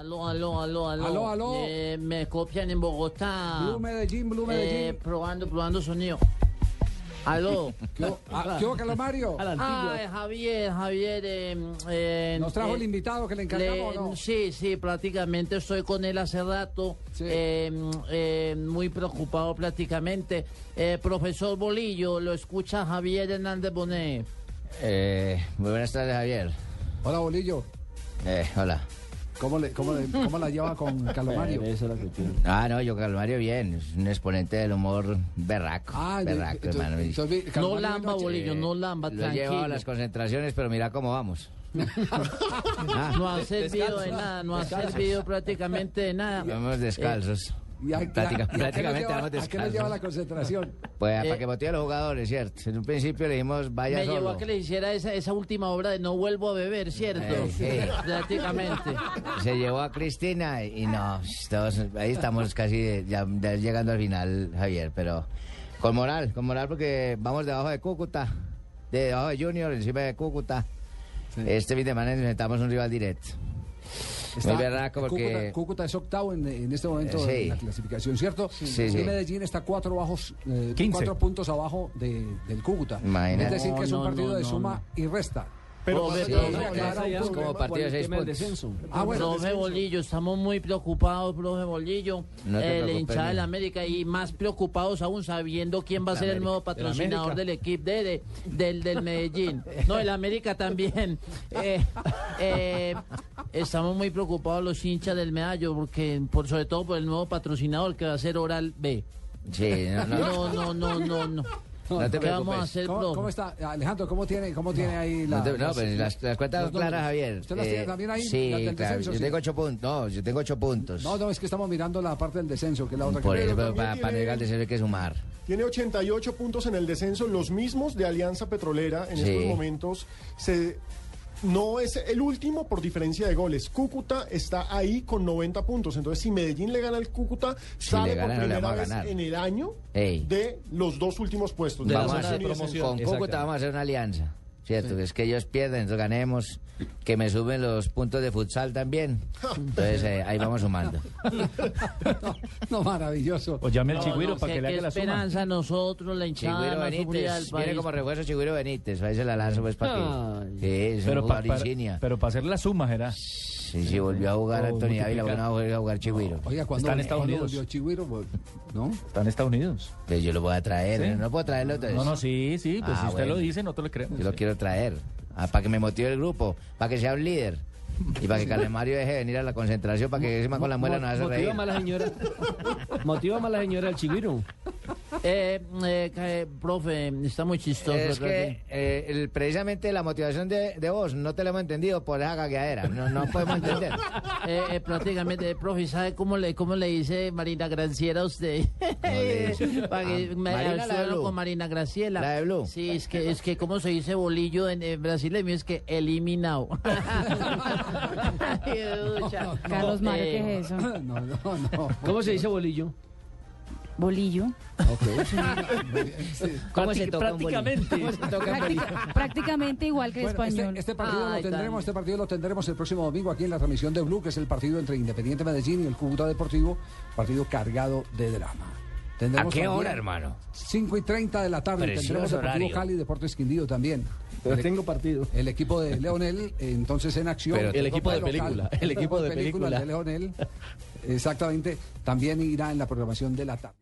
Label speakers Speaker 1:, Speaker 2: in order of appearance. Speaker 1: Aló, aló, aló, aló.
Speaker 2: Aló, aló.
Speaker 1: Eh, me copian en Bogotá.
Speaker 3: Ah.
Speaker 2: Blue Medellín, Blue
Speaker 1: Eh,
Speaker 3: pues,
Speaker 2: Medellín.
Speaker 1: probando, probando sonido. Aló.
Speaker 2: Ah, ¿Qué hubo, Carlos Mario?
Speaker 1: Ay, Javier, Javier. eh, eh,
Speaker 2: Nos trajo
Speaker 1: eh,
Speaker 2: el invitado que le
Speaker 1: le- em,
Speaker 2: encargamos, ¿no?
Speaker 1: Sí, sí, prácticamente estoy con él hace rato.
Speaker 2: Sí.
Speaker 1: eh, eh, muy preocupado prácticamente. Eh, profesor Bolillo, lo escucha Javier Hernández Bonet.
Speaker 3: Eh, muy buenas tardes, Javier.
Speaker 2: Hola, Bolillo.
Speaker 3: Eh, hola.
Speaker 2: ¿Cómo, le, cómo, le- cómo la lleva con Carlos Mario?
Speaker 3: Ah, no, yo Calvario bien, es un exponente del humor berraco.
Speaker 2: Ah, de-
Speaker 3: berraco,
Speaker 2: entonces-
Speaker 3: hermano. Y
Speaker 2: entonces, Carlos
Speaker 1: no
Speaker 2: Mario
Speaker 1: lamba,
Speaker 2: anoche-
Speaker 1: Bolillo, no lamba,
Speaker 3: Lo he llevado a
Speaker 1: tranquilo.
Speaker 3: las concentraciones, pero mira cómo vamos. Ah,
Speaker 1: No ha servido de nada, no ha servido prácticamente de nada.
Speaker 3: vamos
Speaker 1: Eh,
Speaker 3: descalzos.
Speaker 2: Y a-
Speaker 3: Práctica-
Speaker 2: y a qué lo
Speaker 3: prácticamente
Speaker 2: lleva-
Speaker 3: vamos
Speaker 2: ¿A qué le lleva la
Speaker 3: descalzos.
Speaker 2: concentración?
Speaker 3: Pues
Speaker 1: Eh,
Speaker 3: para que motive a los jugadores, ¿cierto? En un principio le dijimos, vaya
Speaker 1: Me llevó
Speaker 3: solo.
Speaker 1: a que le hiciera esa, esa última obra de No vuelvo a beber, ¿cierto?
Speaker 3: Eh, sí.
Speaker 1: Prácticamente.
Speaker 3: Se llevó a Cristina y no, todos- ahí estamos casi de- ya, ya llegando al final, Javier, pero con moral, con moral porque vamos debajo de Cúcuta, de debajo de Junior, encima de Cúcuta. Este fin de semana enfrentamos un rival directo.
Speaker 2: Está-
Speaker 3: Muy berraco
Speaker 2: Cúcuta,
Speaker 3: porque...
Speaker 2: Cúcuta es octavo en, en este momento
Speaker 3: Sí.
Speaker 2: en la clasificación, ¿cierto?
Speaker 3: Sí,
Speaker 2: y
Speaker 3: sí.
Speaker 2: Medellín está cuatro, bajos, eh,
Speaker 4: 15.
Speaker 2: cuatro puntos abajo de, del Cúcuta.
Speaker 3: Imagínate.
Speaker 2: Es decir, que es un
Speaker 1: No, no,
Speaker 2: partido
Speaker 1: no,
Speaker 2: de
Speaker 1: no,
Speaker 2: suma y resta.
Speaker 4: Pero,
Speaker 1: Profe,
Speaker 3: Sí,
Speaker 1: profe,
Speaker 2: no,
Speaker 3: es-
Speaker 2: aclara un
Speaker 3: es
Speaker 2: poco
Speaker 3: como partido de seis puntos.
Speaker 2: Ah, bueno,
Speaker 1: profe Bolillo, estamos muy preocupados, profe Bolillo.
Speaker 3: No te
Speaker 1: eh, la
Speaker 3: preocupes,
Speaker 1: hinchada de la
Speaker 3: niño.
Speaker 1: América y más preocupados aún sabiendo quién va a ser el nuevo patrocinador del equipo de, de- del, del Medellín. No, el América también. Eh, eh, estamos muy preocupados los hinchas del medallo, porque por, sobre todo por el nuevo patrocinador que va a ser Oral B.
Speaker 3: Sí, no, no,
Speaker 1: No, no,
Speaker 3: no,
Speaker 1: no, no, no.
Speaker 3: no te
Speaker 1: ¿Qué vamos a
Speaker 3: preocupes.
Speaker 1: hacer,
Speaker 2: ¿Cómo,
Speaker 1: profe?
Speaker 2: cómo está? Alejandro, ¿cómo tiene, cómo tiene ahí la...
Speaker 3: No, te- no,
Speaker 2: las-
Speaker 3: pues las, las cuentas
Speaker 2: los
Speaker 3: claras,
Speaker 2: números?
Speaker 3: Javier.
Speaker 2: ¿Usted las
Speaker 3: Eh,
Speaker 2: tiene también ahí?
Speaker 3: Sí,
Speaker 2: las del
Speaker 3: claro.
Speaker 2: descenso,
Speaker 3: yo
Speaker 2: sí.
Speaker 3: tengo ocho puntos. No, yo tengo ocho puntos.
Speaker 2: No, no, es que estamos mirando la parte del descenso, que es la otra
Speaker 3: Por
Speaker 2: que...
Speaker 3: eso,
Speaker 4: Pero
Speaker 3: pero para,
Speaker 4: también
Speaker 3: para
Speaker 4: tiene-
Speaker 3: llegar al descenso hay que sumar.
Speaker 4: Tiene 88 puntos en el descenso, los mismos de Alianza Petrolera en
Speaker 3: Sí.
Speaker 4: estos momentos. Se, no es el último por diferencia de goles. Cúcuta está ahí con 90 puntos. Entonces, si Medellín le gana al Cúcuta,
Speaker 3: Si
Speaker 4: sale
Speaker 3: le gana,
Speaker 4: por
Speaker 3: no le
Speaker 4: primera
Speaker 3: vamos a
Speaker 4: vez
Speaker 3: ganar.
Speaker 4: en el año
Speaker 3: Ey.
Speaker 4: de los dos últimos puestos. de
Speaker 3: Vamos a
Speaker 4: ascenso
Speaker 3: hacer-
Speaker 4: y descenso.
Speaker 3: Con Cúcuta vamos a hacer una alianza. Cierto, que es que ellos pierden, entonces ganemos, que me suben los puntos de futsal también. Entonces eh, ahí vamos sumando.
Speaker 2: No, maravilloso.
Speaker 4: O llame al
Speaker 1: No,
Speaker 4: Chigüiro
Speaker 1: no
Speaker 4: para
Speaker 1: sé
Speaker 4: que le
Speaker 1: qué
Speaker 4: haga la suma.
Speaker 1: esperanza nosotros, la hinchada
Speaker 3: Chigüiro
Speaker 1: más sufrida del
Speaker 3: Benítez, viene
Speaker 1: país.
Speaker 3: como refuerzo Chigüiro Benítez, ahí se la lanzo pues para
Speaker 1: Ay.
Speaker 3: que... Sí, es un
Speaker 4: Pero pa-
Speaker 3: jugador
Speaker 4: para,
Speaker 3: insignia.
Speaker 4: pero para hacer la suma, Gerard.
Speaker 3: Sí, sí, volvió a jugar
Speaker 4: O
Speaker 3: Antonio Ávila,
Speaker 4: multiplicar.
Speaker 3: bueno, va a volver a jugar Chigüiro.
Speaker 2: Oiga, cuando
Speaker 4: Está en Estados
Speaker 2: cuando
Speaker 4: Unidos.
Speaker 2: volvió Chigüiro, vol- ¿no?
Speaker 4: Está en Estados Unidos.
Speaker 3: Pues yo lo voy a traer,
Speaker 4: Sí.
Speaker 3: no puedo traerlo entonces.
Speaker 4: No, no, sí, sí, pues
Speaker 3: Ah,
Speaker 4: si usted
Speaker 3: bueno.
Speaker 4: lo dice, nosotros le creemos.
Speaker 3: Yo lo quiero traer, ah, para que me motive el grupo, para que sea un líder. Y para que Calemario deje de venir a la concentración, para que encima con la muela nos hace reír.
Speaker 5: Motiva a la señora. Motiva a la señora al chiguiro.
Speaker 1: Eh, eh, eh, profe, está muy chistoso.
Speaker 3: Es
Speaker 1: creo
Speaker 3: que eh, el- precisamente la motivación de, de vos no te la hemos entendido por esa gagueadera. No, no podemos entender.
Speaker 1: que- eh, eh, prácticamente, eh, profe, ¿sabe cómo le, cómo le dice Marina Graciela a usted?
Speaker 3: le dice.
Speaker 1: Para que
Speaker 3: Ah,
Speaker 1: me
Speaker 3: Marina, la de
Speaker 1: estuve hablando
Speaker 3: Blue.
Speaker 1: con Marina Graciela.
Speaker 3: La de Blue.
Speaker 1: Sí, es que, es que como se dice bolillo en, en brasileño, es que eliminado. Ay, ducha.
Speaker 6: Carlos Mario,
Speaker 1: Eh,
Speaker 6: ¿qué es eso?
Speaker 2: No, no, no.
Speaker 5: ¿Cómo se dice bolillo?
Speaker 6: Bolillo.
Speaker 3: ¿Cómo se toca un bolillo?
Speaker 5: prácticamente.
Speaker 3: ¿Cómo se toca un bolillo?
Speaker 6: Práctica- prácticamente igual que el
Speaker 2: Bueno,
Speaker 6: español.
Speaker 2: este, este partido
Speaker 1: Ay,
Speaker 2: lo tendremos,
Speaker 1: tan-
Speaker 2: este partido lo tendremos el próximo domingo aquí en la transmisión de Blue, que es el partido entre Independiente Medellín y el Cúcuta Deportivo, partido cargado de drama.
Speaker 3: ¿A
Speaker 2: Tendremos
Speaker 3: qué
Speaker 2: también
Speaker 3: hora, hermano?
Speaker 2: 5 y 30 de la tarde
Speaker 3: Precioso
Speaker 2: tendremos Deportivo
Speaker 3: horario.
Speaker 2: Cali Deportes Quindío también. El,
Speaker 5: tengo partido.
Speaker 2: el equipo de Leonel, eh, entonces en acción.
Speaker 3: Pero
Speaker 2: Copa
Speaker 3: el
Speaker 5: equipo de película, el equipo de
Speaker 2: película
Speaker 5: película.
Speaker 2: de Leonel, exactamente, también irá en la programación de la tarde.